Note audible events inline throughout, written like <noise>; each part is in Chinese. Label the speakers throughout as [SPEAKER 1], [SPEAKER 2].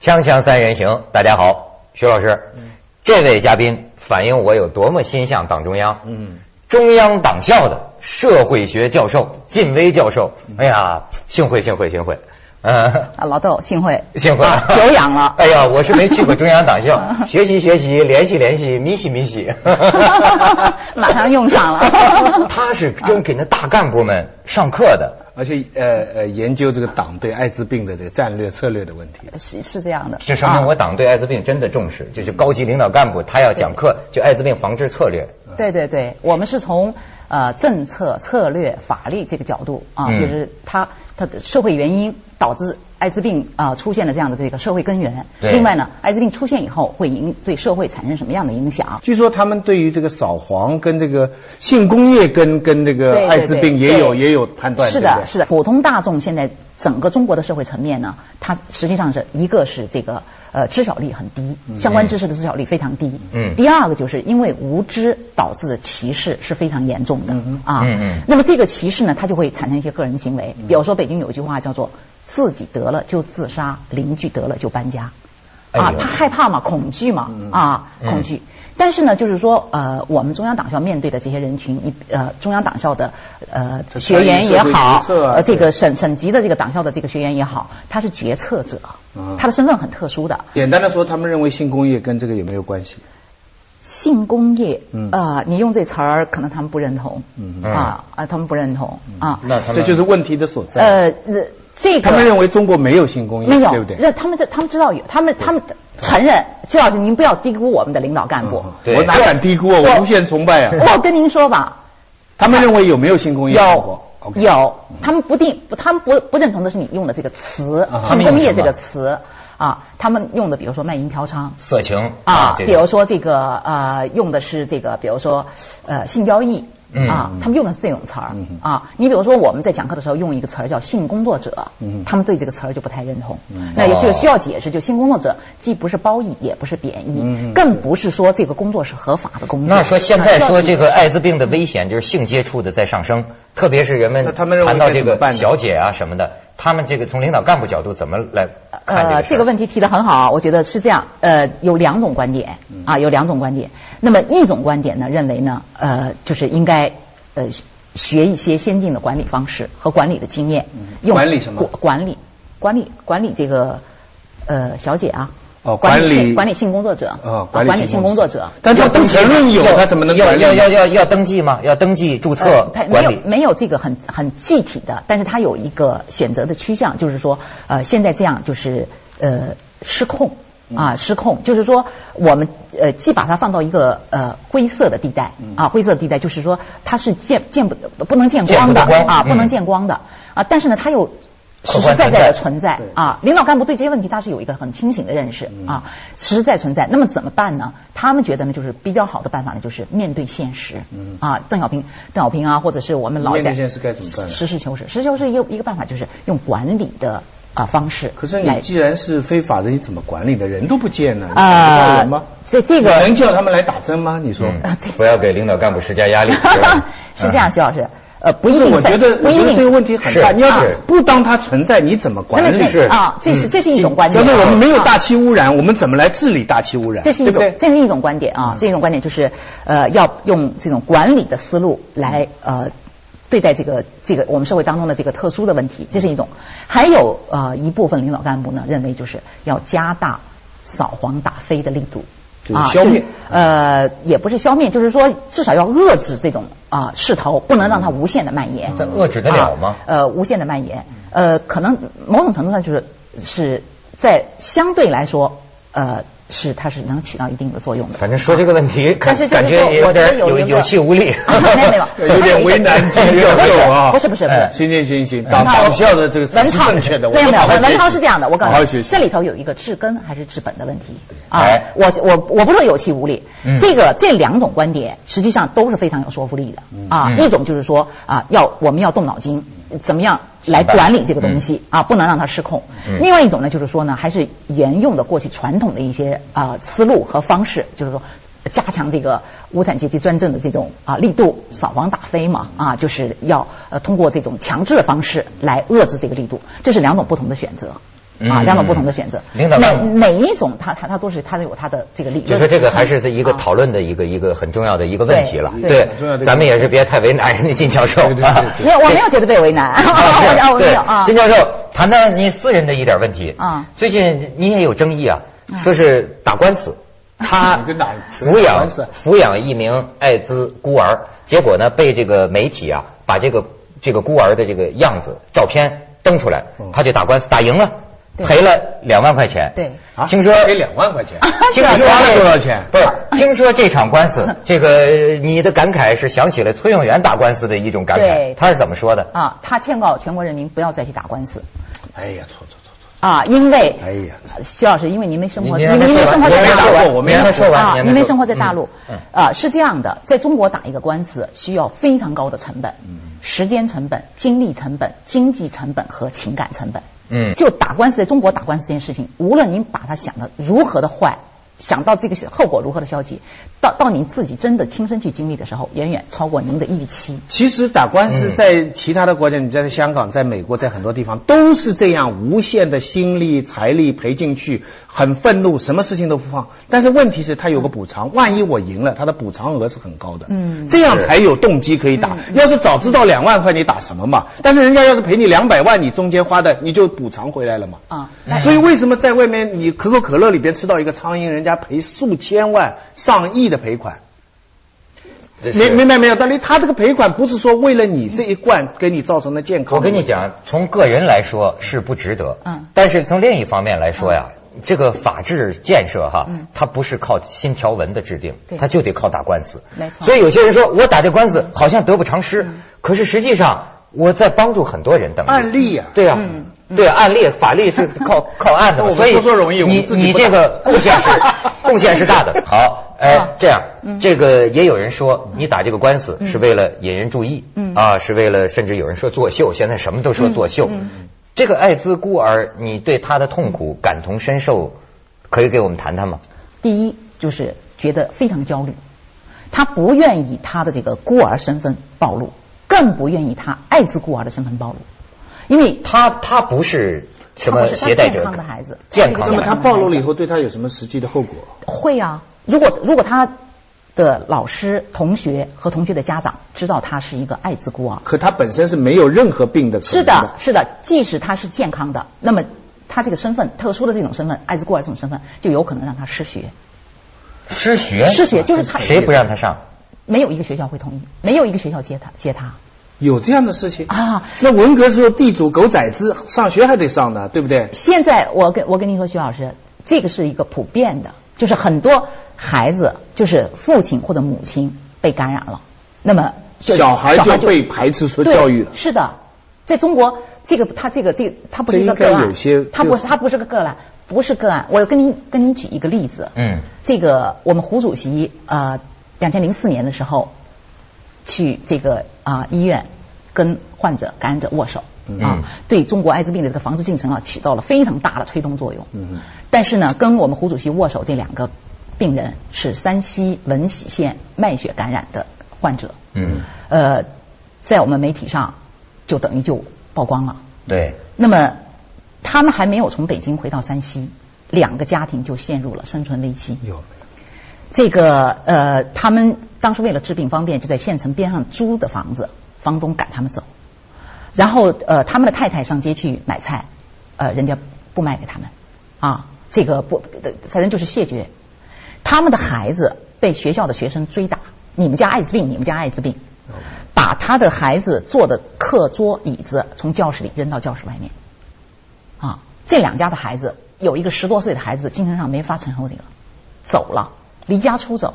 [SPEAKER 1] 锵锵三人行，大家好，徐老师，
[SPEAKER 2] 嗯
[SPEAKER 1] 这位嘉宾反映我有多么心向党中央。
[SPEAKER 3] 嗯，
[SPEAKER 1] 中央党校的社会学教授靳薇教授，
[SPEAKER 2] 嗯
[SPEAKER 1] 哎呀，幸会幸会幸会，呃，
[SPEAKER 2] 啊，老豆，幸会，
[SPEAKER 1] <laughs>
[SPEAKER 2] <laughs>
[SPEAKER 1] 幸会
[SPEAKER 2] 啊久仰了
[SPEAKER 1] <laughs> 哎呀，我是没去过中央党
[SPEAKER 2] <laughs>
[SPEAKER 1] 校，学习学习，联系联系，咪西咪 <laughs> 西。
[SPEAKER 2] 马上用上了
[SPEAKER 1] <laughs> 他是真给那大干部们上课的，
[SPEAKER 3] 而且呃呃，研究这个党对艾滋病的这个战略策略的问题。
[SPEAKER 2] 是是这样的。
[SPEAKER 1] 这说明
[SPEAKER 2] 啊
[SPEAKER 1] 我党对艾滋病真的重视，就是高级领导干部他要讲课，就艾滋病防治策略。
[SPEAKER 2] 啊对对对，我们是从呃政策、策略、法律这个角度啊，
[SPEAKER 1] 嗯
[SPEAKER 2] 就是它它的社会原因导致艾滋病啊、出现了这样的这个社会根源。
[SPEAKER 1] 对
[SPEAKER 2] 另外呢，艾滋病出现以后会影对社会产生什么样的影响？
[SPEAKER 3] 据说他们对于这个扫黄跟这个性工业跟跟这
[SPEAKER 2] 对
[SPEAKER 3] 个
[SPEAKER 2] 对
[SPEAKER 3] 艾滋病
[SPEAKER 2] 对
[SPEAKER 3] 也有
[SPEAKER 2] 对
[SPEAKER 3] 也有判断，
[SPEAKER 2] 是
[SPEAKER 3] 对不
[SPEAKER 2] 的，
[SPEAKER 3] 对
[SPEAKER 2] 是的。普通大众现在整个中国的社会层面呢，它实际上是一个是这个呃知晓力很低，
[SPEAKER 3] 嗯
[SPEAKER 2] 相关知识的知晓力非常低。
[SPEAKER 1] 嗯
[SPEAKER 2] 第二个就是因为无知导致的歧视是非常严重的啊。
[SPEAKER 1] 嗯嗯
[SPEAKER 2] 那么这个歧视呢，它就会产生一些个人行为，
[SPEAKER 3] 嗯
[SPEAKER 2] 比如说北京有一句话叫做“自己得了就自杀，邻居得了就搬家”。
[SPEAKER 1] 哎
[SPEAKER 2] 啊，
[SPEAKER 1] 呦
[SPEAKER 2] 他害怕嘛，恐惧嘛，啊，
[SPEAKER 1] 嗯
[SPEAKER 2] 恐惧。但是呢，就是说，呃，我们中央党校面对的这些人群，一呃，中央党校的呃
[SPEAKER 3] 这参与
[SPEAKER 2] 学员也
[SPEAKER 3] 社会决
[SPEAKER 2] 好，
[SPEAKER 3] 策啊
[SPEAKER 2] 呃，这
[SPEAKER 3] 对
[SPEAKER 2] 个省省级的这个党校的这个学员也好，他是决策者
[SPEAKER 3] 嗯，
[SPEAKER 2] 他的身份很特殊的。
[SPEAKER 3] 简单的说，他们认为性工业跟这个有没有关系？
[SPEAKER 2] 性工业
[SPEAKER 3] 嗯，
[SPEAKER 2] 呃，你用这词儿，可能他们不认同
[SPEAKER 3] 嗯，
[SPEAKER 2] 啊啊，他们不认同啊，
[SPEAKER 1] 那他们
[SPEAKER 3] 这就是问题的所在。
[SPEAKER 2] 呃，这个
[SPEAKER 3] 他们认为中国没有性工业，
[SPEAKER 2] 没有，
[SPEAKER 3] 对不对？
[SPEAKER 2] 那他们这他们知道有，他们他们承认，这老师您不要低估我们的领导干部。
[SPEAKER 1] 对
[SPEAKER 3] 嗯哦我哪敢低估啊！我无限崇拜啊！
[SPEAKER 2] 我跟您说吧，
[SPEAKER 3] 他们认为有没有性
[SPEAKER 1] 嗯
[SPEAKER 3] 工业？中
[SPEAKER 2] 有
[SPEAKER 3] 国，OK
[SPEAKER 2] 有，他们不定，不他们不不认同的是你用的这个词
[SPEAKER 3] 啊
[SPEAKER 2] “
[SPEAKER 3] 他
[SPEAKER 2] 性
[SPEAKER 3] 们
[SPEAKER 2] 工
[SPEAKER 1] 用
[SPEAKER 2] 业”
[SPEAKER 1] 什
[SPEAKER 2] 这
[SPEAKER 1] 么
[SPEAKER 2] 个词啊，他们用的比如说卖淫嫖娼
[SPEAKER 1] 色情
[SPEAKER 2] 啊，
[SPEAKER 1] 这
[SPEAKER 2] 比
[SPEAKER 1] 种
[SPEAKER 2] 如说这个呃用的是这个，比如说呃性交易
[SPEAKER 1] 嗯
[SPEAKER 2] 啊，他们用的是这种词儿
[SPEAKER 3] 嗯嗯
[SPEAKER 2] 啊。你比如说我们在讲课的时候用一个词儿叫性工作者
[SPEAKER 3] 嗯，
[SPEAKER 2] 他们对这个词儿就不太认同
[SPEAKER 3] 嗯。
[SPEAKER 2] 那也
[SPEAKER 1] 哦
[SPEAKER 2] 就需要解释，就性工作者既不是褒义，也不是贬
[SPEAKER 3] 嗯
[SPEAKER 2] 义
[SPEAKER 3] 嗯，
[SPEAKER 2] 更不是说这个工作是合法的工作。
[SPEAKER 1] 那说现在
[SPEAKER 2] 需要
[SPEAKER 1] 说这
[SPEAKER 2] 解
[SPEAKER 1] 个艾滋病的危险就是性接触的在上升，特别是人们
[SPEAKER 3] 那他们认为
[SPEAKER 1] 谈到
[SPEAKER 3] 该
[SPEAKER 1] 这
[SPEAKER 3] 怎么
[SPEAKER 1] 个
[SPEAKER 3] 办呢
[SPEAKER 1] 小姐啊什么的，他们这个从领导干部角度怎么来看这
[SPEAKER 2] 呃，
[SPEAKER 1] 个事
[SPEAKER 2] 这
[SPEAKER 1] 儿
[SPEAKER 2] 个问题提得很好，我觉得是这样。呃，有两种观点
[SPEAKER 3] 嗯
[SPEAKER 2] 啊，有两种观点。那么一种观点呢，认为呢，呃，就是应该呃学一些先进的管理方式和管理的经验，用
[SPEAKER 3] 嗯管理什么
[SPEAKER 2] 管管理管理管理这个呃小姐啊。
[SPEAKER 3] 哦
[SPEAKER 2] 管
[SPEAKER 3] 管理
[SPEAKER 2] 性管理性工作者
[SPEAKER 3] 哦
[SPEAKER 2] 啊，
[SPEAKER 3] 管理
[SPEAKER 2] 管理
[SPEAKER 3] 性
[SPEAKER 2] 性
[SPEAKER 3] 工
[SPEAKER 2] 工
[SPEAKER 3] 作
[SPEAKER 2] 作
[SPEAKER 3] 者
[SPEAKER 2] 者，
[SPEAKER 3] 但他
[SPEAKER 1] 要
[SPEAKER 3] 不承认有，
[SPEAKER 1] 要
[SPEAKER 3] 他怎么能
[SPEAKER 1] 要
[SPEAKER 3] 管理
[SPEAKER 1] 要
[SPEAKER 3] 呢？
[SPEAKER 1] 要要要登记吗？要登记注册
[SPEAKER 2] 呃它没
[SPEAKER 1] 管
[SPEAKER 2] 有
[SPEAKER 1] 理？
[SPEAKER 2] 没有这个很很具体的，但是它有一个选择的趋向，就是说，呃，现在这样就是呃失控
[SPEAKER 1] 嗯
[SPEAKER 2] 啊，失控，就是说我们呃既把它放到一个呃灰色的地带
[SPEAKER 1] 嗯
[SPEAKER 2] 啊，灰色地带就是说它是见见不不能见光的
[SPEAKER 1] 见不得光
[SPEAKER 2] 啊，
[SPEAKER 1] 嗯
[SPEAKER 2] 不能见光的啊，但是呢，它又。
[SPEAKER 1] 客
[SPEAKER 2] 实
[SPEAKER 1] 观
[SPEAKER 2] 实在在的
[SPEAKER 1] 存
[SPEAKER 2] 存在
[SPEAKER 3] 对嗯
[SPEAKER 2] 啊，领导干部对这些问题他是有一个很清醒的认识啊，实实在存在。那么怎么办呢？他们觉得呢，就是比较好的办法呢，就是面对现实啊。邓小平、邓小平啊，或者是我们老
[SPEAKER 3] 嗯
[SPEAKER 2] 一代
[SPEAKER 3] 面对现实该怎么办呢
[SPEAKER 2] 实事求是，实事求是一个一个办法就是用管理的啊方式来。
[SPEAKER 3] 可是你既然是非法的，你怎么管理的？人都不见了，你管得到
[SPEAKER 2] 啊
[SPEAKER 3] 人吗？，
[SPEAKER 2] 这这
[SPEAKER 3] 你
[SPEAKER 2] 个
[SPEAKER 3] 能叫他们来打针吗？你说，
[SPEAKER 1] 嗯
[SPEAKER 2] 啊对，
[SPEAKER 1] 不要给领导干部施加压力。对吧
[SPEAKER 2] <laughs>
[SPEAKER 3] <laughs>
[SPEAKER 2] 是这样，
[SPEAKER 1] 嗯
[SPEAKER 2] 徐老师，呃，不一
[SPEAKER 3] 就是
[SPEAKER 2] 定
[SPEAKER 3] 我
[SPEAKER 2] 在，
[SPEAKER 3] 觉得，
[SPEAKER 2] 不
[SPEAKER 3] 我觉
[SPEAKER 2] 一
[SPEAKER 3] 得这个
[SPEAKER 2] 定。
[SPEAKER 3] 问题很大。
[SPEAKER 1] 是
[SPEAKER 3] 你要
[SPEAKER 1] 是
[SPEAKER 3] 是不当它存在，你怎么
[SPEAKER 2] 那么
[SPEAKER 3] 管理？
[SPEAKER 2] 这
[SPEAKER 1] 是
[SPEAKER 2] 啊，这是这是一种观
[SPEAKER 3] 假
[SPEAKER 2] 点。
[SPEAKER 3] 如我们没有
[SPEAKER 2] 啊
[SPEAKER 3] 大气污染，我们怎么来治理大气污染？
[SPEAKER 2] 这是一
[SPEAKER 3] 对不嗯
[SPEAKER 2] 种
[SPEAKER 3] 对，？
[SPEAKER 2] 这是一种观点啊，这是一种观点就是，呃，要用这种管理的思路来
[SPEAKER 3] 嗯
[SPEAKER 2] 呃对待这个这个我们社会当中的这个特殊的问题，这是一种。还有呃一部分领导干部呢，认为就是要加大扫黄打非的力度。啊
[SPEAKER 3] 就是消灭
[SPEAKER 2] 就是呃，也不是消灭，就是说至少要遏制这种啊、势头，不能
[SPEAKER 3] 嗯
[SPEAKER 2] 让它无限的蔓延。
[SPEAKER 1] 这遏制得了吗
[SPEAKER 2] 啊呃，无限的蔓延，呃，可能某种程度上就是是在相对来说，呃，是它是能起到一定的作用的。
[SPEAKER 1] 反正说这个问
[SPEAKER 3] 啊
[SPEAKER 1] 题，感
[SPEAKER 2] 但是就是
[SPEAKER 1] 感
[SPEAKER 2] 说
[SPEAKER 1] 觉也
[SPEAKER 2] 我觉得
[SPEAKER 1] 点
[SPEAKER 2] 有
[SPEAKER 1] 有
[SPEAKER 2] 一个
[SPEAKER 1] 有气无
[SPEAKER 3] <laughs>
[SPEAKER 1] 力 <laughs>
[SPEAKER 2] 啊没有没有，
[SPEAKER 3] 有点为难金教授啊！
[SPEAKER 2] 不是不是不是
[SPEAKER 3] 哎行行行行，
[SPEAKER 2] 文
[SPEAKER 3] 党
[SPEAKER 2] 涛
[SPEAKER 3] 党校的这个
[SPEAKER 2] 文
[SPEAKER 3] 是
[SPEAKER 2] 涛
[SPEAKER 3] 正确的，
[SPEAKER 2] 没有
[SPEAKER 3] 我们
[SPEAKER 2] 没有，
[SPEAKER 3] 好好
[SPEAKER 2] 文
[SPEAKER 3] 学习
[SPEAKER 2] 涛是这样的，我告
[SPEAKER 3] 好好
[SPEAKER 2] 诉
[SPEAKER 3] 学
[SPEAKER 2] 你，
[SPEAKER 3] 习
[SPEAKER 2] 这。里头有一个治根还是治本的问题啊
[SPEAKER 1] 哎。
[SPEAKER 2] 我我我不是有气无力
[SPEAKER 1] 嗯，
[SPEAKER 2] 这个这两种观点实际上都是非常有说服力的啊。
[SPEAKER 1] 嗯
[SPEAKER 2] 一种就是说啊，要我们要动脑筋，怎么样来管理这个东西啊，不能让它失控
[SPEAKER 1] 嗯。
[SPEAKER 2] 另外一种呢，就是说呢，还是沿用的过去传统的一些啊、思路和方式，就是说。加强这个无产阶级专政的这种啊力度，扫黄打非嘛啊，就是要呃通过这种强制的方式来遏制这个力度，这是两种不同的选择。啊，
[SPEAKER 1] 嗯
[SPEAKER 2] 两种不同的选择。
[SPEAKER 1] 领导
[SPEAKER 2] 每
[SPEAKER 1] 干部
[SPEAKER 2] 每一种它它它都是它都有它的这个理论。
[SPEAKER 1] 就说这个还是一个
[SPEAKER 2] 啊
[SPEAKER 1] 讨论的一个一个很重要的一个问题了，
[SPEAKER 3] 嗯
[SPEAKER 2] 对
[SPEAKER 3] 对很重要的一个
[SPEAKER 1] 咱们也是别太为难人家金教授
[SPEAKER 3] 对对对
[SPEAKER 1] 啊
[SPEAKER 3] 对对
[SPEAKER 2] 没 <laughs> 有，我没有觉得被为难，
[SPEAKER 1] 啊
[SPEAKER 2] <laughs> 我我
[SPEAKER 1] <laughs>
[SPEAKER 2] 没
[SPEAKER 1] 对
[SPEAKER 2] 哦有啊。
[SPEAKER 1] 金教授，谈谈你私人的一点问题
[SPEAKER 2] 啊
[SPEAKER 1] 最近你也有争议啊，
[SPEAKER 2] 嗯
[SPEAKER 1] 说是打官司，他
[SPEAKER 3] 你跟哪
[SPEAKER 1] 抚
[SPEAKER 3] 打
[SPEAKER 1] 养
[SPEAKER 3] 官司
[SPEAKER 1] 抚养一名艾滋孤儿，结果呢被这个媒体啊把这个这个孤儿的这个样子照片登出来
[SPEAKER 3] 嗯，
[SPEAKER 1] 他就打官司，打赢了，
[SPEAKER 2] 对
[SPEAKER 1] 赔了两万块钱。
[SPEAKER 2] 对
[SPEAKER 3] 啊
[SPEAKER 1] 听
[SPEAKER 2] <laughs>
[SPEAKER 1] 说
[SPEAKER 3] 赔两万块钱，
[SPEAKER 1] 听
[SPEAKER 3] 是
[SPEAKER 1] 说
[SPEAKER 3] 啊花了多少钱
[SPEAKER 1] 不是，听说这场官司，
[SPEAKER 2] <laughs>
[SPEAKER 1] 这个呃你的感慨是想起了崔永元打官司的一种感慨
[SPEAKER 2] 对，
[SPEAKER 1] 他是怎么说的？
[SPEAKER 2] 啊，他劝告全国人民不要再去打官司
[SPEAKER 3] 哎呀，错错错错，
[SPEAKER 2] 啊，因为
[SPEAKER 3] 哎呀，
[SPEAKER 2] 徐老师，因为您没生活，
[SPEAKER 1] 您
[SPEAKER 2] 您没
[SPEAKER 1] 您
[SPEAKER 2] 生活在
[SPEAKER 1] 您
[SPEAKER 2] 大
[SPEAKER 1] 说完
[SPEAKER 2] 陆，
[SPEAKER 1] 我没让他说完
[SPEAKER 2] 啊，
[SPEAKER 1] 您
[SPEAKER 2] 您
[SPEAKER 1] 没
[SPEAKER 2] 没
[SPEAKER 1] 说
[SPEAKER 2] 生活在大陆
[SPEAKER 1] 嗯嗯，
[SPEAKER 2] 啊，是这样的，在中国打一个官司需要非常高的成本，
[SPEAKER 1] 嗯
[SPEAKER 2] 时间成本、精力成本、经济成本和情感成本。
[SPEAKER 1] 嗯，
[SPEAKER 2] 就打官司，在中国打官司这件事情，无论您把它想的如何的坏，想到这个后果如何的消极，到到您自己真的亲身去经历的时候，远远超过您的预期。
[SPEAKER 3] 其实打官司
[SPEAKER 1] 嗯
[SPEAKER 3] 在其他的国家，你在香港、在美国、在很多地方都是这样，无限的心力、财力赔进去，很愤怒，什么事情都不放。但是问题是，他有个补偿，万一我赢了，他的补偿额是很高的，
[SPEAKER 2] 嗯
[SPEAKER 3] 这样才有动机可以打。要是早知道两万块，你打什么嘛？但是人家要是赔你两百万，你中间花的，你就补偿回来了嘛。
[SPEAKER 2] 啊，
[SPEAKER 3] 所以为什么在外面你可口可乐里边吃到一个苍蝇，人家赔数千万、上亿的赔款？
[SPEAKER 1] 这是
[SPEAKER 3] 明明白没有？但是他这个赔款不是说为了你这一罐给你造成的健康。
[SPEAKER 1] 我跟你，讲，从个人来说是不值得，
[SPEAKER 2] 嗯
[SPEAKER 1] 但是从另一方面来说呀，这个法治建设哈
[SPEAKER 2] 嗯，
[SPEAKER 1] 它不是靠新条文的制定
[SPEAKER 2] 对，嗯
[SPEAKER 1] 它就得靠打官司。
[SPEAKER 2] 没错
[SPEAKER 1] 所以有些人说我打这官司好像得不偿失，
[SPEAKER 2] 嗯
[SPEAKER 1] 可是实际上我在帮助很多人等于
[SPEAKER 3] 案例呀
[SPEAKER 1] 对呀、
[SPEAKER 2] 嗯
[SPEAKER 1] 对啊，案例法律是
[SPEAKER 2] <laughs>
[SPEAKER 1] 靠靠案子嘛，
[SPEAKER 3] 我们
[SPEAKER 1] 所以
[SPEAKER 3] 说说容易我们
[SPEAKER 1] 你
[SPEAKER 3] 自己
[SPEAKER 1] 你
[SPEAKER 3] 不
[SPEAKER 1] 这
[SPEAKER 3] 打
[SPEAKER 1] 个贡献是贡献是大的。好，哎
[SPEAKER 2] 啊，
[SPEAKER 1] 这样，这个也有人说你打这个官司是为了引人注意，
[SPEAKER 2] 嗯
[SPEAKER 1] 啊，是为了甚至有人说作秀，现在什么都说作秀
[SPEAKER 2] 嗯。
[SPEAKER 1] 这个艾滋孤儿，你对他的痛苦感同身受，可以给我们谈谈吗？
[SPEAKER 2] 第一就是觉得非常焦虑，他不愿意他的这个孤儿身份暴露，更不愿意他艾滋孤儿的身份暴露，因为
[SPEAKER 1] 他他不是什么
[SPEAKER 2] 他不是他
[SPEAKER 1] 携带者，
[SPEAKER 2] 健康的孩子
[SPEAKER 1] 健
[SPEAKER 2] 他
[SPEAKER 1] 康
[SPEAKER 2] 是
[SPEAKER 1] 的
[SPEAKER 3] 那
[SPEAKER 2] 一
[SPEAKER 3] 么
[SPEAKER 2] 个健
[SPEAKER 1] 孩
[SPEAKER 3] 他
[SPEAKER 1] 子
[SPEAKER 2] 康
[SPEAKER 3] 暴露了以后，对他有什么实际的后果？
[SPEAKER 2] 会啊，如果如果他的老师、同学和同学的家长知道他是一个艾滋孤儿，
[SPEAKER 3] 可他本身是没有任何病的可
[SPEAKER 2] 是
[SPEAKER 3] 能
[SPEAKER 2] 的，，是的，即使他是健康的，那么他这个身份特殊的这种身份，艾滋孤儿这种身份，就有可能让他失学。
[SPEAKER 1] 失学，
[SPEAKER 2] 失学就是他
[SPEAKER 1] 谁不让他上？
[SPEAKER 2] 没有一个学校会同意，没有一个学校接他接他
[SPEAKER 3] 有这样的事情。
[SPEAKER 2] 啊。
[SPEAKER 3] 那文革时候地主狗崽子上学还得上呢，对不对？
[SPEAKER 2] 现在我跟我跟您说，徐老师，这个是一个普遍的，就是很多孩子就是父亲或者母亲被感染了，那么就
[SPEAKER 3] 小孩就被排斥出教育了
[SPEAKER 2] 对。是的，在中国，这个他这个这个他不是一个
[SPEAKER 3] 这应
[SPEAKER 2] 个
[SPEAKER 3] 该
[SPEAKER 2] 案，
[SPEAKER 3] 有些
[SPEAKER 2] 他不是他不是个个案，不是个案。我跟您跟您举一个例子，
[SPEAKER 1] 嗯
[SPEAKER 2] 这个我们胡主席呃，两千零四年的时候去这个啊、医院跟患者感染者握手。啊
[SPEAKER 1] 嗯，
[SPEAKER 2] 对中国艾滋病的这个防治进程啊，起到了非常大的推动作用。
[SPEAKER 3] 嗯，
[SPEAKER 2] 但是呢，跟我们胡主席握手这两个病人是山西闻喜县卖血感染的患者。
[SPEAKER 1] 嗯，
[SPEAKER 2] 呃，在我们媒体上就等于就曝光了。
[SPEAKER 1] 对，
[SPEAKER 2] 那么他们还没有从北京回到山西，两个家庭就陷入了生存危机。
[SPEAKER 3] 有
[SPEAKER 2] 这个呃，他们当时为了治病方便，就在县城边上租的房子，房东赶他们走。然后呃，他们的太太上街去买菜，呃，人家不卖给他们啊，这个不，呃反正就是谢绝。他们的孩子被学校的学生追打，你们家艾滋病，你们家艾滋病，把他的孩子坐的课桌椅子从教室里扔到教室外面。啊，这两家的孩子有一个十多岁的孩子精神上没法承受这个，走了，离家出走，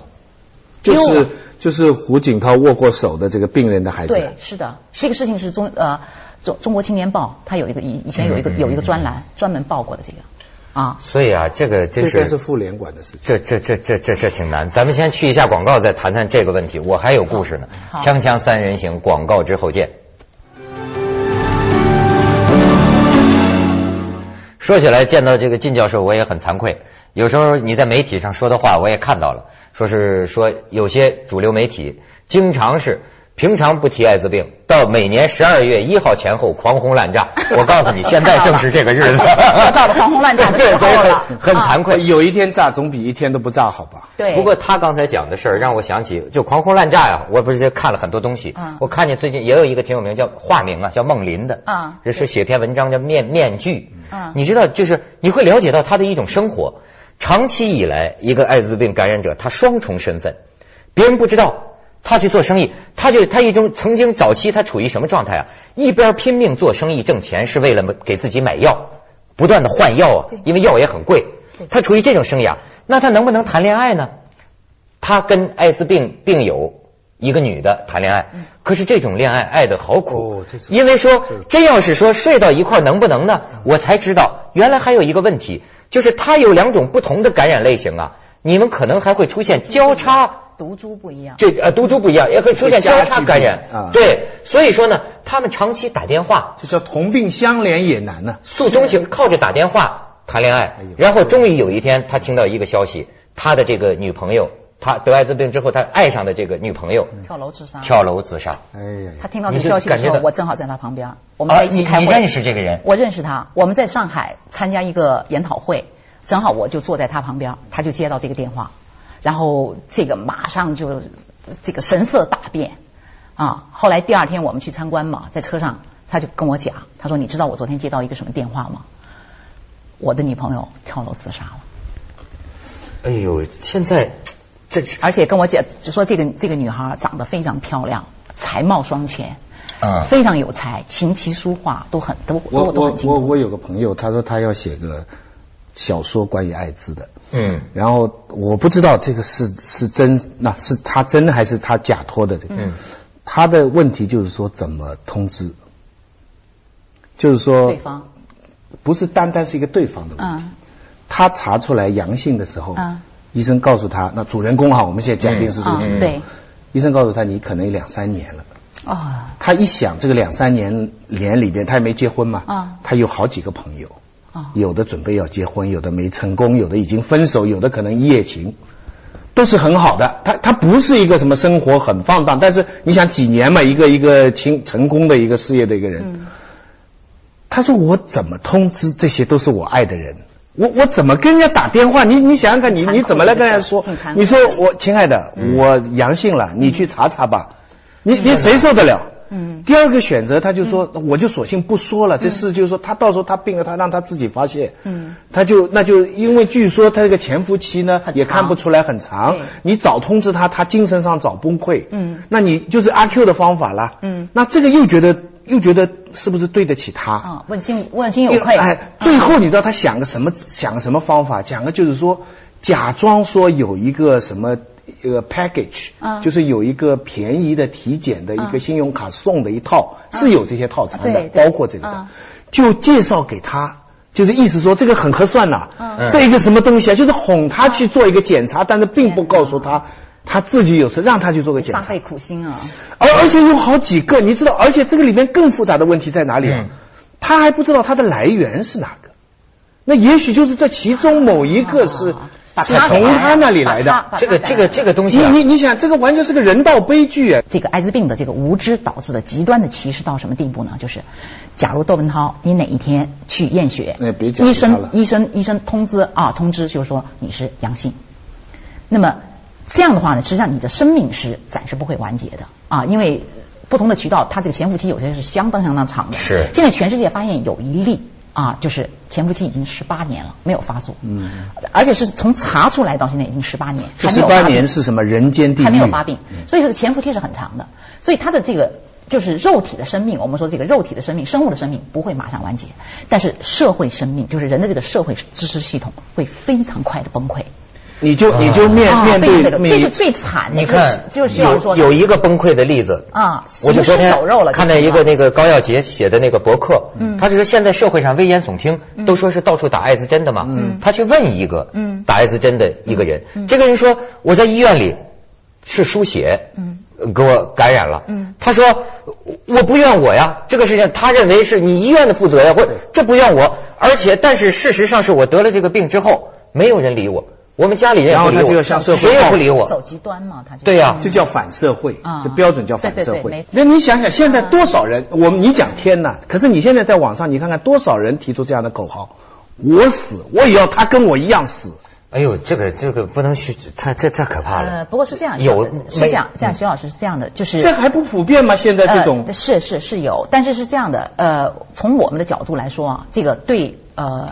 [SPEAKER 3] 就
[SPEAKER 2] 丢
[SPEAKER 3] 是
[SPEAKER 2] 了
[SPEAKER 3] 就是胡锦涛握过手的这个病人的孩子，
[SPEAKER 2] 对，是的，这个事情是中呃中中国青年报，它有一个以以前有一个
[SPEAKER 1] 嗯嗯嗯
[SPEAKER 2] 有一个专栏专门报过的这个啊，
[SPEAKER 1] 所以啊，这个真
[SPEAKER 3] 这
[SPEAKER 1] 是
[SPEAKER 3] 应该是妇联管的事情。
[SPEAKER 1] 这这这这这这挺难，咱们先去一下广告，再谈谈这个问题。我还有故事呢，
[SPEAKER 2] 好
[SPEAKER 1] 锵锵三人行，广告之后见。说起来，见到这个靳教授，我也很惭愧。有时候你在媒体上说的话，我也看到了，说是说有些主流媒体经常是平常不提艾滋病，到每年十二月一号前后狂轰滥炸。我告诉
[SPEAKER 2] <laughs>
[SPEAKER 1] 你，现在正是这个日子，
[SPEAKER 2] 到了狂轰滥炸的时候
[SPEAKER 1] <laughs> 对所以
[SPEAKER 2] 了
[SPEAKER 1] 很很惭愧。
[SPEAKER 3] 有一天炸总比一天都不炸好吧？
[SPEAKER 2] 对，
[SPEAKER 1] 不过他刚才讲的事儿让我想起，就狂轰滥炸呀、我不是看了很多东西，
[SPEAKER 2] 嗯
[SPEAKER 1] 我看见最近也有一个挺有名叫化名啊，叫孟林的，
[SPEAKER 2] 嗯
[SPEAKER 1] 这是写篇文章叫《面面具》，
[SPEAKER 2] 嗯
[SPEAKER 1] 你知道，就是你会了解到他的一种生活。长期以来，一个艾滋病感染者，他双重身份，别人不知道，他去做生意，他就他一种曾经早期他处于什么状态啊？一边拼命做生意挣钱，是为了给自己买药，不断的换药啊
[SPEAKER 2] 对，
[SPEAKER 1] 因为药也很贵
[SPEAKER 2] 对。
[SPEAKER 1] 他处于这种生涯，那他能不能谈恋爱呢？他跟艾滋病病友一个女的谈恋爱，
[SPEAKER 2] 嗯
[SPEAKER 1] 可是这种恋爱爱的好苦
[SPEAKER 3] 哦这，是
[SPEAKER 1] 因为说
[SPEAKER 3] 是
[SPEAKER 1] 真要是说睡到一块儿能不能呢？我才知道原来还有一个问题，就是它有两种不同的感染类型啊，你们可能还会出现交叉。
[SPEAKER 2] 毒株不一样。
[SPEAKER 1] 这呃毒株不一样，也会出现交叉感
[SPEAKER 3] 会加剧
[SPEAKER 1] 染
[SPEAKER 3] 啊。
[SPEAKER 1] 对，所以说呢，他们长期打电话，
[SPEAKER 3] 这叫同病相怜也难呢、
[SPEAKER 1] 诉衷情，靠着打电话谈恋爱
[SPEAKER 3] 哎呦，
[SPEAKER 1] 然后终于有一天他听到一个消息，他的这个女朋友，他得艾滋病之后，他爱上的这个女朋友
[SPEAKER 2] 跳楼自杀。
[SPEAKER 1] 嗯跳楼自杀。
[SPEAKER 3] 哎呀，
[SPEAKER 2] 他听到这消息的
[SPEAKER 1] 你就感
[SPEAKER 2] 时
[SPEAKER 1] 觉
[SPEAKER 2] 候，
[SPEAKER 1] 到啊
[SPEAKER 2] 我正好在他旁边，我们在一起
[SPEAKER 1] 你
[SPEAKER 2] 开
[SPEAKER 1] 你
[SPEAKER 2] 会。
[SPEAKER 1] 认识这个人？
[SPEAKER 2] 我认识他，我们在上海参加一个研讨会，正好我就坐在他旁边，他就接到这个电话，然后这个马上就这个神色大变啊。后来第二天我们去参观嘛，在车上他就跟我讲，他说你知道我昨天接到一个什么电话吗？我的女朋友跳楼自杀了。
[SPEAKER 1] 哎呦，现在这是
[SPEAKER 2] 而且跟我姐就说这个这个女孩长得非常漂亮，才貌双全，
[SPEAKER 1] 嗯
[SPEAKER 2] 非常有才，琴棋书画都很都
[SPEAKER 3] 我
[SPEAKER 2] 都都
[SPEAKER 3] 我
[SPEAKER 2] 很精
[SPEAKER 3] 我
[SPEAKER 2] 通。
[SPEAKER 3] 我有个朋友，他说他要写个小说关于艾滋的，
[SPEAKER 1] 嗯
[SPEAKER 3] 然后我不知道这个是是真，那、是他真的还是他假托的这个。
[SPEAKER 1] 嗯
[SPEAKER 3] 他的问题就是说怎么通知，就是说
[SPEAKER 2] 对方，
[SPEAKER 3] 不是单单是一个对方的问题。
[SPEAKER 2] 嗯
[SPEAKER 3] 他查出来阳性的时候，
[SPEAKER 2] 嗯
[SPEAKER 3] 医生告诉他，那主人公哈，我们现在假定是这个
[SPEAKER 2] 啊
[SPEAKER 3] 主人公，
[SPEAKER 2] 对，
[SPEAKER 3] 医生告诉他你可能有两三年了。
[SPEAKER 2] 哦，
[SPEAKER 3] 他一想，这个两三年年里边，他也没结婚嘛，
[SPEAKER 2] 啊
[SPEAKER 3] 他有好几个朋友，
[SPEAKER 2] 啊
[SPEAKER 3] 有的准备要结婚，有的没成功，有的已经分手，有的可能一夜情，都是很好的。他他不是一个什么生活很放荡，但是你想几年嘛，一个一个成成功的一个事业的一个人，
[SPEAKER 2] 嗯
[SPEAKER 3] 他说我怎么通知这些都是我爱的人？我我怎么跟人家打电话？你你想想看，你
[SPEAKER 2] 残酷
[SPEAKER 3] 你怎么来跟人家说
[SPEAKER 2] 挺残？酷
[SPEAKER 3] 你说我亲爱的，
[SPEAKER 2] 嗯
[SPEAKER 3] 我阳性了，你去查查吧。你你谁受得了？嗯。第二个选择，他就说，
[SPEAKER 2] 嗯
[SPEAKER 3] 我就索性不说了。这事就是说，他到时候他病了，他让他自己发泄。嗯。他就那就因为据说他这个潜伏期呢
[SPEAKER 2] 很长
[SPEAKER 3] 也看不出来很长
[SPEAKER 2] 对，
[SPEAKER 3] 你早通知他，他精神上早崩溃。
[SPEAKER 2] 嗯。
[SPEAKER 3] 那你就是阿 Q 的方法啦。
[SPEAKER 2] 嗯。
[SPEAKER 3] 那这个又觉得又觉得是不是对得起他？
[SPEAKER 2] 啊，问心问心有愧。啊
[SPEAKER 3] 哎，最后你知道他想个什么？想个什么方法？讲个就是说，假装说有一个什么。一个 package，、
[SPEAKER 2] 嗯
[SPEAKER 3] 就是有一个便宜的体检的一个
[SPEAKER 2] 嗯
[SPEAKER 3] 信用卡送的一套，是有这些套餐的，
[SPEAKER 2] 对对
[SPEAKER 3] 包括这个的，
[SPEAKER 2] 嗯
[SPEAKER 3] 就介绍给他，就是意思说这个很合算呐、
[SPEAKER 1] 嗯
[SPEAKER 3] 这一个什么东西啊，就是哄他
[SPEAKER 2] 嗯
[SPEAKER 3] 去做一个检查，但是并不告诉他他自己有事，让他去做个检查
[SPEAKER 2] 煞费，苦心啊！
[SPEAKER 3] 而而且有好几个，你知道，而且这个里面更复杂的问题在哪里啊？
[SPEAKER 1] 嗯
[SPEAKER 3] 他还不知道它的来源是哪个，那也许就是这其中某一个是、
[SPEAKER 2] 啊把
[SPEAKER 3] 是
[SPEAKER 2] 他
[SPEAKER 3] 从
[SPEAKER 2] 给来
[SPEAKER 3] 他那里来
[SPEAKER 2] 把他
[SPEAKER 3] 的。
[SPEAKER 2] 把
[SPEAKER 1] 这个
[SPEAKER 2] 他
[SPEAKER 1] 这个这个东
[SPEAKER 3] 你
[SPEAKER 1] 西啊，
[SPEAKER 3] 你你想，这个完全是个人道悲剧啊！
[SPEAKER 2] 这个艾滋病的这个无知导致的极端的歧视到什么地步呢？就是，假如窦文涛，你哪一天去验血，
[SPEAKER 3] 哎别讲
[SPEAKER 2] 医
[SPEAKER 3] 他了
[SPEAKER 2] 生医生医生通知啊，通知就是说你是阳性。那么这样的话呢，实际上你的生命是暂时不会完结的啊，因为不同的渠道，它这个潜伏期有些是相当相当长的。
[SPEAKER 1] 是
[SPEAKER 2] 现在全世界发现有一例啊，就是潜伏期已经十八年了，没有发作。嗯。而且是从查出来到现在已经十八年，
[SPEAKER 3] 这
[SPEAKER 2] 还没
[SPEAKER 3] 十
[SPEAKER 2] 有发
[SPEAKER 3] 八
[SPEAKER 2] 病
[SPEAKER 3] 年是什么人间地狱？
[SPEAKER 2] 还没
[SPEAKER 1] 嗯
[SPEAKER 2] 有发病，所以这个潜伏期是很长的。所以它的这个就是肉体的生命，我们说这个肉体的生命、生物的生命不会马上完结，但是社会生命，就是人的这个社会支持系统会非常快的崩溃。
[SPEAKER 3] 你就你就面、
[SPEAKER 2] 啊，
[SPEAKER 3] 面
[SPEAKER 2] 非常快
[SPEAKER 3] 对
[SPEAKER 2] 地
[SPEAKER 3] 面
[SPEAKER 2] 这是最惨的，
[SPEAKER 1] 你
[SPEAKER 2] 就是
[SPEAKER 1] 看，
[SPEAKER 2] 就是需要
[SPEAKER 1] 有
[SPEAKER 2] 说
[SPEAKER 1] 有一个崩溃的例子
[SPEAKER 2] 啊
[SPEAKER 1] 我就昨
[SPEAKER 2] 行尸
[SPEAKER 1] 天
[SPEAKER 2] 走肉了
[SPEAKER 1] 看到
[SPEAKER 2] 就是嗯
[SPEAKER 1] 一个
[SPEAKER 2] 了
[SPEAKER 1] 那个高耀杰写的那个博客，他就说现在社会上危言耸听，都说是到处打艾滋针的嘛，他去问一个
[SPEAKER 2] 嗯
[SPEAKER 1] 打艾滋针的一个人，这个人说我在医院里是输血，
[SPEAKER 2] 嗯
[SPEAKER 1] 呃给我感染了，他说我我不怨我呀，这个事情他认为是你医院的负责呀，或者这不怨我，而且但是事实上是我得了这个病之后，没有人理我，我们家里人也
[SPEAKER 3] 然
[SPEAKER 1] 不
[SPEAKER 3] 后
[SPEAKER 1] 理
[SPEAKER 3] 他
[SPEAKER 1] 我，
[SPEAKER 3] 这个向社会
[SPEAKER 1] 谁也不理
[SPEAKER 2] 走
[SPEAKER 1] 我，
[SPEAKER 2] 极端嘛，他就嗯
[SPEAKER 1] 对呀
[SPEAKER 3] 这叫反社会
[SPEAKER 2] 啊，
[SPEAKER 3] 这标准叫反社
[SPEAKER 2] 对对对
[SPEAKER 3] 会
[SPEAKER 2] 没。啊
[SPEAKER 3] 那你想想，现在多少人？我们你讲天呐，可是你现在在网上，你看看多少人提出这样的口号：我死，我也要他跟我一样死。
[SPEAKER 1] 哎呦，这个这个不能虚，太这太可怕
[SPEAKER 2] 呃，
[SPEAKER 1] 了。
[SPEAKER 2] 不过是这样，
[SPEAKER 1] 有
[SPEAKER 2] 是这样
[SPEAKER 1] 没，嗯
[SPEAKER 2] 这样，徐老师是这样的，就是
[SPEAKER 3] 这还不普遍吗？现在这种
[SPEAKER 2] 呃、是是是有，但是是这样的，呃，从我们的角度来说啊，这个对呃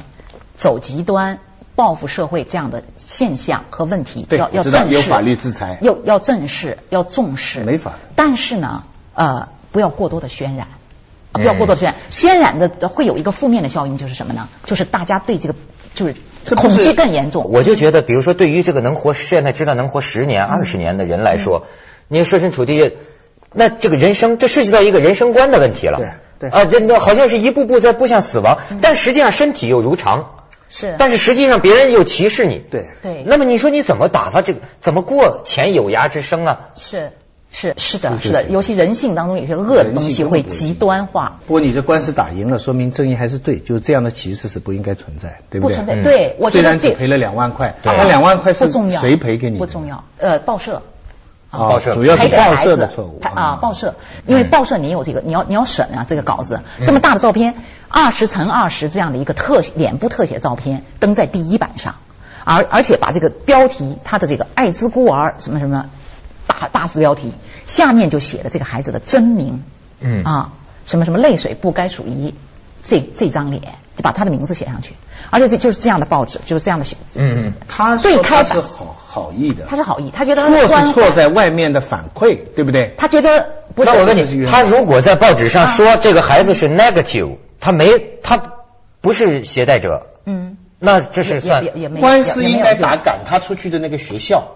[SPEAKER 2] 走极端、报复社会这样的现象和问题，
[SPEAKER 3] 对
[SPEAKER 2] 要
[SPEAKER 3] 我
[SPEAKER 2] 要
[SPEAKER 3] 知道
[SPEAKER 2] 正视，
[SPEAKER 3] 有法律制裁
[SPEAKER 2] 要要正视，要重视，
[SPEAKER 3] 没法
[SPEAKER 2] 但是呢，呃，不要过多的渲染。啊
[SPEAKER 1] 嗯
[SPEAKER 2] 不要过多的渲染，渲染的会有一个负面的效应，就是什么呢？就是大家对这个就是
[SPEAKER 3] 这不
[SPEAKER 2] 恐
[SPEAKER 3] 是
[SPEAKER 2] 惧更严重。
[SPEAKER 1] 我就觉得，比如说，对于这个能活现在知道能活十
[SPEAKER 3] 嗯
[SPEAKER 1] 年、二十年的人来说，你设身处地，那这个人生这涉及到一个人生观的问题了。
[SPEAKER 3] 对对嗯
[SPEAKER 1] 啊，真的好像是一步步在步向死亡，但实际上身体又如常，
[SPEAKER 2] 是，
[SPEAKER 1] 但是实际上别人又歧视你。
[SPEAKER 3] 对
[SPEAKER 2] 对，
[SPEAKER 1] 那么你说你怎么打发这个？怎么过前有涯之生啊？
[SPEAKER 2] 是是是的，
[SPEAKER 3] 是
[SPEAKER 2] 是的，
[SPEAKER 3] 是
[SPEAKER 2] 尤其人性当中有些恶的
[SPEAKER 3] 人性
[SPEAKER 2] 东西
[SPEAKER 3] 中
[SPEAKER 2] 会
[SPEAKER 3] 的东西
[SPEAKER 2] 极端化。
[SPEAKER 3] 不过你的官司打赢了，说明正义还是对，就是这样的歧视是不应该存在，对不
[SPEAKER 2] 不
[SPEAKER 3] 对？
[SPEAKER 2] 存在。
[SPEAKER 1] 嗯
[SPEAKER 2] 对，我觉
[SPEAKER 3] 虽
[SPEAKER 2] 得
[SPEAKER 3] 然只
[SPEAKER 2] 这啊
[SPEAKER 3] 赔了两万块，
[SPEAKER 1] 对
[SPEAKER 3] 那两万块
[SPEAKER 2] 不
[SPEAKER 3] 是
[SPEAKER 2] 重要，
[SPEAKER 3] 谁赔给你？
[SPEAKER 2] 不重。要。呃，报社。
[SPEAKER 3] 啊
[SPEAKER 1] 报社
[SPEAKER 3] 主要
[SPEAKER 2] 赔
[SPEAKER 3] 是
[SPEAKER 2] 给孩
[SPEAKER 3] 报
[SPEAKER 2] 子
[SPEAKER 3] 社的错误嗯
[SPEAKER 2] 拍啊，报社，因为报社你有这个，你要你要审啊，这个稿子这么
[SPEAKER 3] 嗯
[SPEAKER 2] 大的照片，二十乘二十这样的一个特脸部特写照片登在第一版上，而而且把这个标题，他的这个艾滋孤儿什么什么大大字标题，下面就写了这个孩子的真名，
[SPEAKER 1] 嗯
[SPEAKER 2] 啊，什么什么泪水不该属于这这张脸，就把他的名字写上去，而且这就是这样的报纸，就是这样的写，
[SPEAKER 1] 嗯嗯，
[SPEAKER 3] 他说
[SPEAKER 2] 对
[SPEAKER 3] 他
[SPEAKER 2] 开
[SPEAKER 3] 是
[SPEAKER 2] 打
[SPEAKER 3] 好好意的，
[SPEAKER 2] 他是好意，他觉得他
[SPEAKER 3] 错
[SPEAKER 2] 关
[SPEAKER 3] 是错在外面的反馈，对不对？
[SPEAKER 2] 他觉得不是
[SPEAKER 1] 那我问
[SPEAKER 3] 这是啊
[SPEAKER 1] 你，
[SPEAKER 3] 冤
[SPEAKER 1] 他如果在报纸上说这个孩子是 negative，他没他不是携带者，
[SPEAKER 2] 嗯，
[SPEAKER 1] 那这
[SPEAKER 2] 也
[SPEAKER 1] 是
[SPEAKER 2] 也
[SPEAKER 1] 算
[SPEAKER 2] 也也没
[SPEAKER 3] 官司应该打
[SPEAKER 2] 打。
[SPEAKER 3] 赶他出去的那个学校。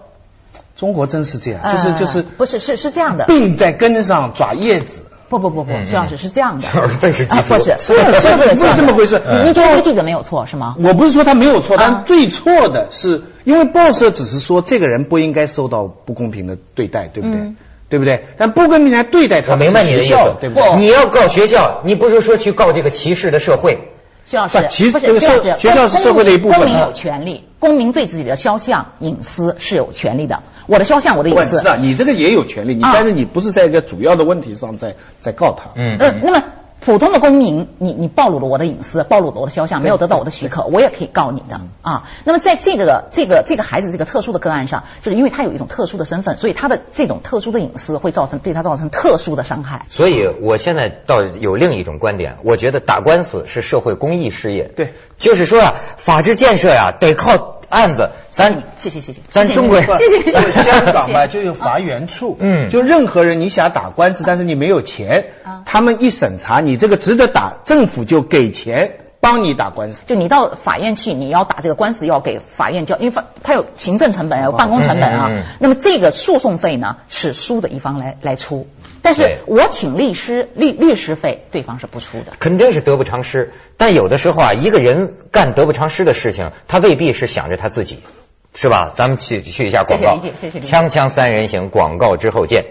[SPEAKER 3] 中国真是这样，就是
[SPEAKER 2] 呃
[SPEAKER 3] 就是
[SPEAKER 2] 不是是是这样的，
[SPEAKER 3] 病在根上抓叶子。
[SPEAKER 2] 不不不不，
[SPEAKER 1] 嗯
[SPEAKER 2] 徐老师是这样的，
[SPEAKER 1] 嗯愤世嫉
[SPEAKER 2] 啊
[SPEAKER 1] 俗
[SPEAKER 2] 不是
[SPEAKER 1] 是
[SPEAKER 2] 不是
[SPEAKER 3] 是
[SPEAKER 2] 不是
[SPEAKER 3] 不是这么回事
[SPEAKER 2] 你你觉得这个记者没有错是吗？
[SPEAKER 3] 我不是说他没有错，
[SPEAKER 2] 啊
[SPEAKER 3] 但最错的是，因为报社只是说这个人不应该受到不公平的对待，对不对？
[SPEAKER 2] 嗯
[SPEAKER 3] 对不对？但不公平来对待他，
[SPEAKER 1] 我明白你的意
[SPEAKER 3] 是学校
[SPEAKER 1] 思，
[SPEAKER 3] 对不对？
[SPEAKER 1] 你要告学校，你不是说去告这个歧视的社会？
[SPEAKER 2] 徐老师
[SPEAKER 3] 不，其
[SPEAKER 2] 不
[SPEAKER 3] 这个
[SPEAKER 2] 是徐老
[SPEAKER 3] 社
[SPEAKER 2] 师，
[SPEAKER 3] 学校是社会的一部分
[SPEAKER 2] 公民
[SPEAKER 3] 啊
[SPEAKER 2] 有权利，公民对自己的肖像、隐私是有权利的。我的肖像，我的
[SPEAKER 3] 我
[SPEAKER 2] 隐
[SPEAKER 3] 知
[SPEAKER 2] 私，
[SPEAKER 3] 道啊你这个也有权利，你、
[SPEAKER 2] 啊
[SPEAKER 3] 但是你不是在一个主要的问题上在在告他。
[SPEAKER 1] 嗯
[SPEAKER 2] 呃，那么普通的公民，你你暴露了我的隐私，暴露了我的肖像，没有得到我的许可，我也可以告你
[SPEAKER 1] 嗯
[SPEAKER 2] 的啊。那么在这个这个这个孩子这个特殊的个案上，就是因为他有一种特殊的身份，所以他的这种特殊的隐私会造成对他造成特殊的伤害。
[SPEAKER 1] 所以我现在倒有另一种观点，我觉得打官司是社会公益事业。
[SPEAKER 3] 对，
[SPEAKER 1] 就是说啊，法治建设呀、得靠案子。咱
[SPEAKER 2] 谢谢谢谢，
[SPEAKER 1] 咱
[SPEAKER 2] 谢谢
[SPEAKER 1] 中国人
[SPEAKER 2] 谢谢谢
[SPEAKER 3] 在
[SPEAKER 2] 谢，
[SPEAKER 3] 香港吧，
[SPEAKER 2] 谢谢
[SPEAKER 3] 就有法援处，
[SPEAKER 1] 嗯
[SPEAKER 3] 就任何人你想打官司，但是你没有钱
[SPEAKER 2] 啊，
[SPEAKER 3] 他们一审查你这个值得打，政府就给钱帮你打官司。
[SPEAKER 2] <laughs> 就你到法院去，你要打这个官司，要给法院交，因为法它有行政成本，有办公成本啊。
[SPEAKER 1] 嗯嗯嗯
[SPEAKER 2] 那么这个诉讼费呢，是输的一方来来出，但
[SPEAKER 1] 对
[SPEAKER 2] 是我请律师，律律师费对方是不出的。
[SPEAKER 1] 肯定是得不偿失。但有的时候啊，一个人干得不偿失的事情，他未必是想着他自己，是吧？咱们去去一下广告。
[SPEAKER 2] 谢谢理解谢谢理解
[SPEAKER 1] 锵锵三人行，广告之后见。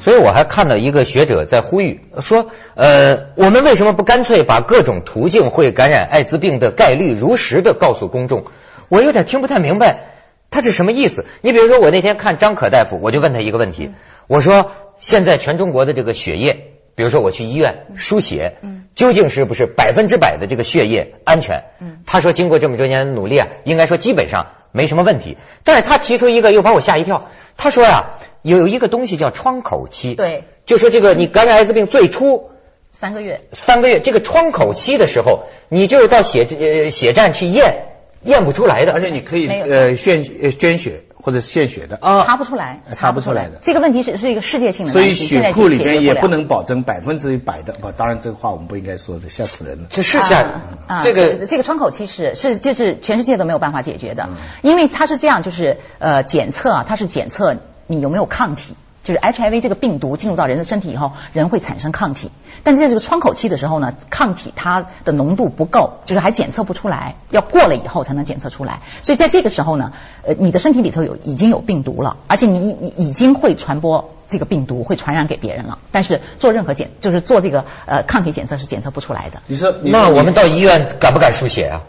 [SPEAKER 1] 所以我还看到一个学者在呼吁说，呃，我们为什么不干脆把各种途径会感染艾滋病的概率如实的告诉公众？我有点听不太明白他是什么意思。你比如说，我那天看张可大夫，我就问他一个问题，我说现在全中国的这个血液，比如说我去医院
[SPEAKER 2] 嗯
[SPEAKER 1] 输血，究竟是不是百分之百的这个血液安全？
[SPEAKER 2] 嗯
[SPEAKER 1] 他说经过这么多年的努力啊，应该说基本上没什么问题。但是他提出一个又把我吓一跳，他说呀、有一个东西叫窗口期，
[SPEAKER 2] 对，
[SPEAKER 1] 就说这个你感染艾滋病最初
[SPEAKER 2] 三个月
[SPEAKER 1] 三个月这个窗口期的时候，你就是到血呃血站去验，验不出来的，
[SPEAKER 3] 而且你可以
[SPEAKER 2] 没有
[SPEAKER 3] 呃献呃捐血或者献血的
[SPEAKER 1] 啊
[SPEAKER 2] 查不出来，
[SPEAKER 3] 哦查不出来的
[SPEAKER 2] 这个问题是是一个世界性的
[SPEAKER 3] 所
[SPEAKER 2] 问
[SPEAKER 3] 以
[SPEAKER 2] 题，现在
[SPEAKER 3] 血
[SPEAKER 2] 已
[SPEAKER 3] 库
[SPEAKER 2] 经
[SPEAKER 3] 里
[SPEAKER 2] 解决
[SPEAKER 3] 边也
[SPEAKER 2] 了
[SPEAKER 3] 不能保证百分之百的，哦不，当然这个话我们不应该说的，吓死人了。
[SPEAKER 1] 这是下、
[SPEAKER 2] 啊，
[SPEAKER 1] 这个
[SPEAKER 2] 是这个窗口期是是就是全世界都没有办法解决的，
[SPEAKER 1] 嗯
[SPEAKER 2] 因为它是这样，就是呃检测啊，它是检测你有没有抗体。就是 HIV 这个病毒进入到人的身体以后，人会产生抗体，但是在这个窗口期的时候呢，抗体它的浓度不够，就是还检测不出来，要过了以后才能检测出来。所以在这个时候呢，呃，你的身体里头有已经有病毒了，而且你你已经会传播这个病毒，会传染给别人了。但是做任何检，就是做这个呃抗体检测是检测不出来的。
[SPEAKER 3] 你说，你说
[SPEAKER 1] 那我们到医院敢不敢输血啊？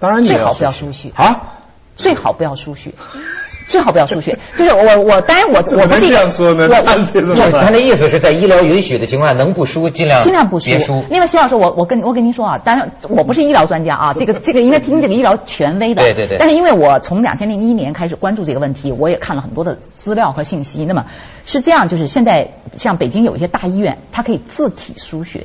[SPEAKER 3] 当然你
[SPEAKER 2] 最好不要
[SPEAKER 3] 输
[SPEAKER 2] 输血
[SPEAKER 3] 啊！
[SPEAKER 2] 最好不要输血，最好不要输血。就是我我当然我我不是一
[SPEAKER 3] 这
[SPEAKER 2] 个
[SPEAKER 3] 样说呢，
[SPEAKER 2] 我
[SPEAKER 3] 他这
[SPEAKER 1] 就
[SPEAKER 3] 怎么
[SPEAKER 1] 是他
[SPEAKER 3] 办
[SPEAKER 1] 的意思是在医疗允许的情况下，能不输尽量
[SPEAKER 2] 尽量不输
[SPEAKER 1] 呃别输。。
[SPEAKER 2] 另外，徐老师，我我跟我跟您说啊，当然我不是医疗专家啊，这个这个应该听这个医疗权威的。
[SPEAKER 1] 对对对
[SPEAKER 2] 但是因为我从两千零一年开始关注这个问题，我也看了很多的资料和信息。那么是这样，就是现在像北京有一些大医院，它可以自体输血。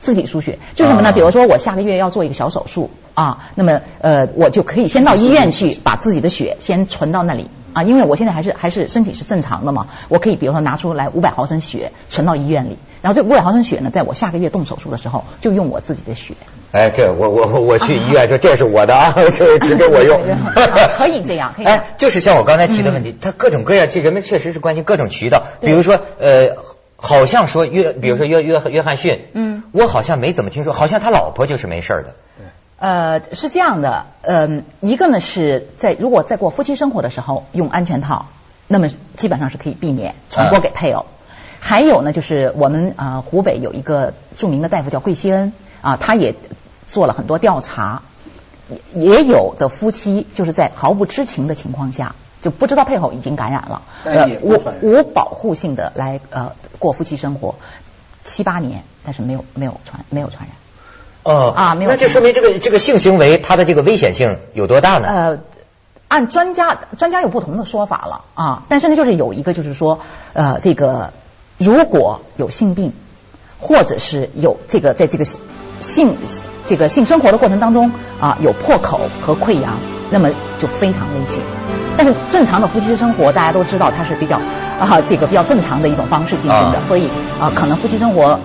[SPEAKER 2] 自体输血就是什么呢？
[SPEAKER 1] 啊
[SPEAKER 2] 比如说我下个月要做一个小手术啊，那么呃，我就可以先到医院去把自己的血先存到那里啊，因为我现在还是还是身体是正常的嘛，我可以比如说拿出来五百毫升血存到医院里，然后这五百毫升血呢，在我下个月动手术的时候就用我自己的血，
[SPEAKER 1] 哎，这我我我我去医院说这是我的啊，
[SPEAKER 2] <laughs>
[SPEAKER 1] 这只给我用 <laughs>
[SPEAKER 2] 啊。可以这样可以这样
[SPEAKER 1] 哎，就是像我刚才提的问题，它各种各样，这人们确实是关心各种渠道，比
[SPEAKER 2] 对
[SPEAKER 1] 如说呃。好像说约，比如说约约约翰逊，
[SPEAKER 2] 嗯，
[SPEAKER 1] 我好像没怎么听说，好像他老婆就是没事儿的，
[SPEAKER 2] 呃，是这样的，嗯、一个呢是在如果在过夫妻生活的时候用安全套，那么基本上是可以避免传
[SPEAKER 3] 嗯
[SPEAKER 2] 播给配偶。还有呢，就是我们啊、呃湖北有一个著名的大夫叫桂希恩啊、他也做了很多调查，也也有的夫妻就是在毫不知情的情况下，就不知道配偶已经感染了，呃
[SPEAKER 3] 但也不
[SPEAKER 2] 无
[SPEAKER 3] 传染
[SPEAKER 2] 无保护性的来呃过夫妻生活七八年，但是没有没有传没有传染。
[SPEAKER 1] 哦
[SPEAKER 2] 啊没有
[SPEAKER 1] 那就说明这个这个性行为它的这个危险性有多大呢？
[SPEAKER 2] 呃，按专家专家有不同的说法了啊，但是呢，就是有一个就是说，呃，这个如果有性病，或者是有这个在这个性这个性生活的过程当中啊有破口和溃疡，那么就非常危险。但是正常的夫妻生活，大家都知道它是比较啊这个比较正常的一种方式进行的，
[SPEAKER 1] 啊
[SPEAKER 2] 所以啊可能夫妻生活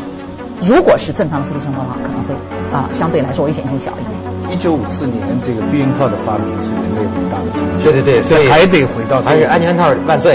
[SPEAKER 2] 如果是正常的夫妻生活的话，可能会啊相对来说危险性小一点。
[SPEAKER 3] 一九五四年，这个避孕套的发明是人类伟大的成就。
[SPEAKER 1] 对对对，所以
[SPEAKER 3] 还得回到这个
[SPEAKER 1] 还是安全套万岁。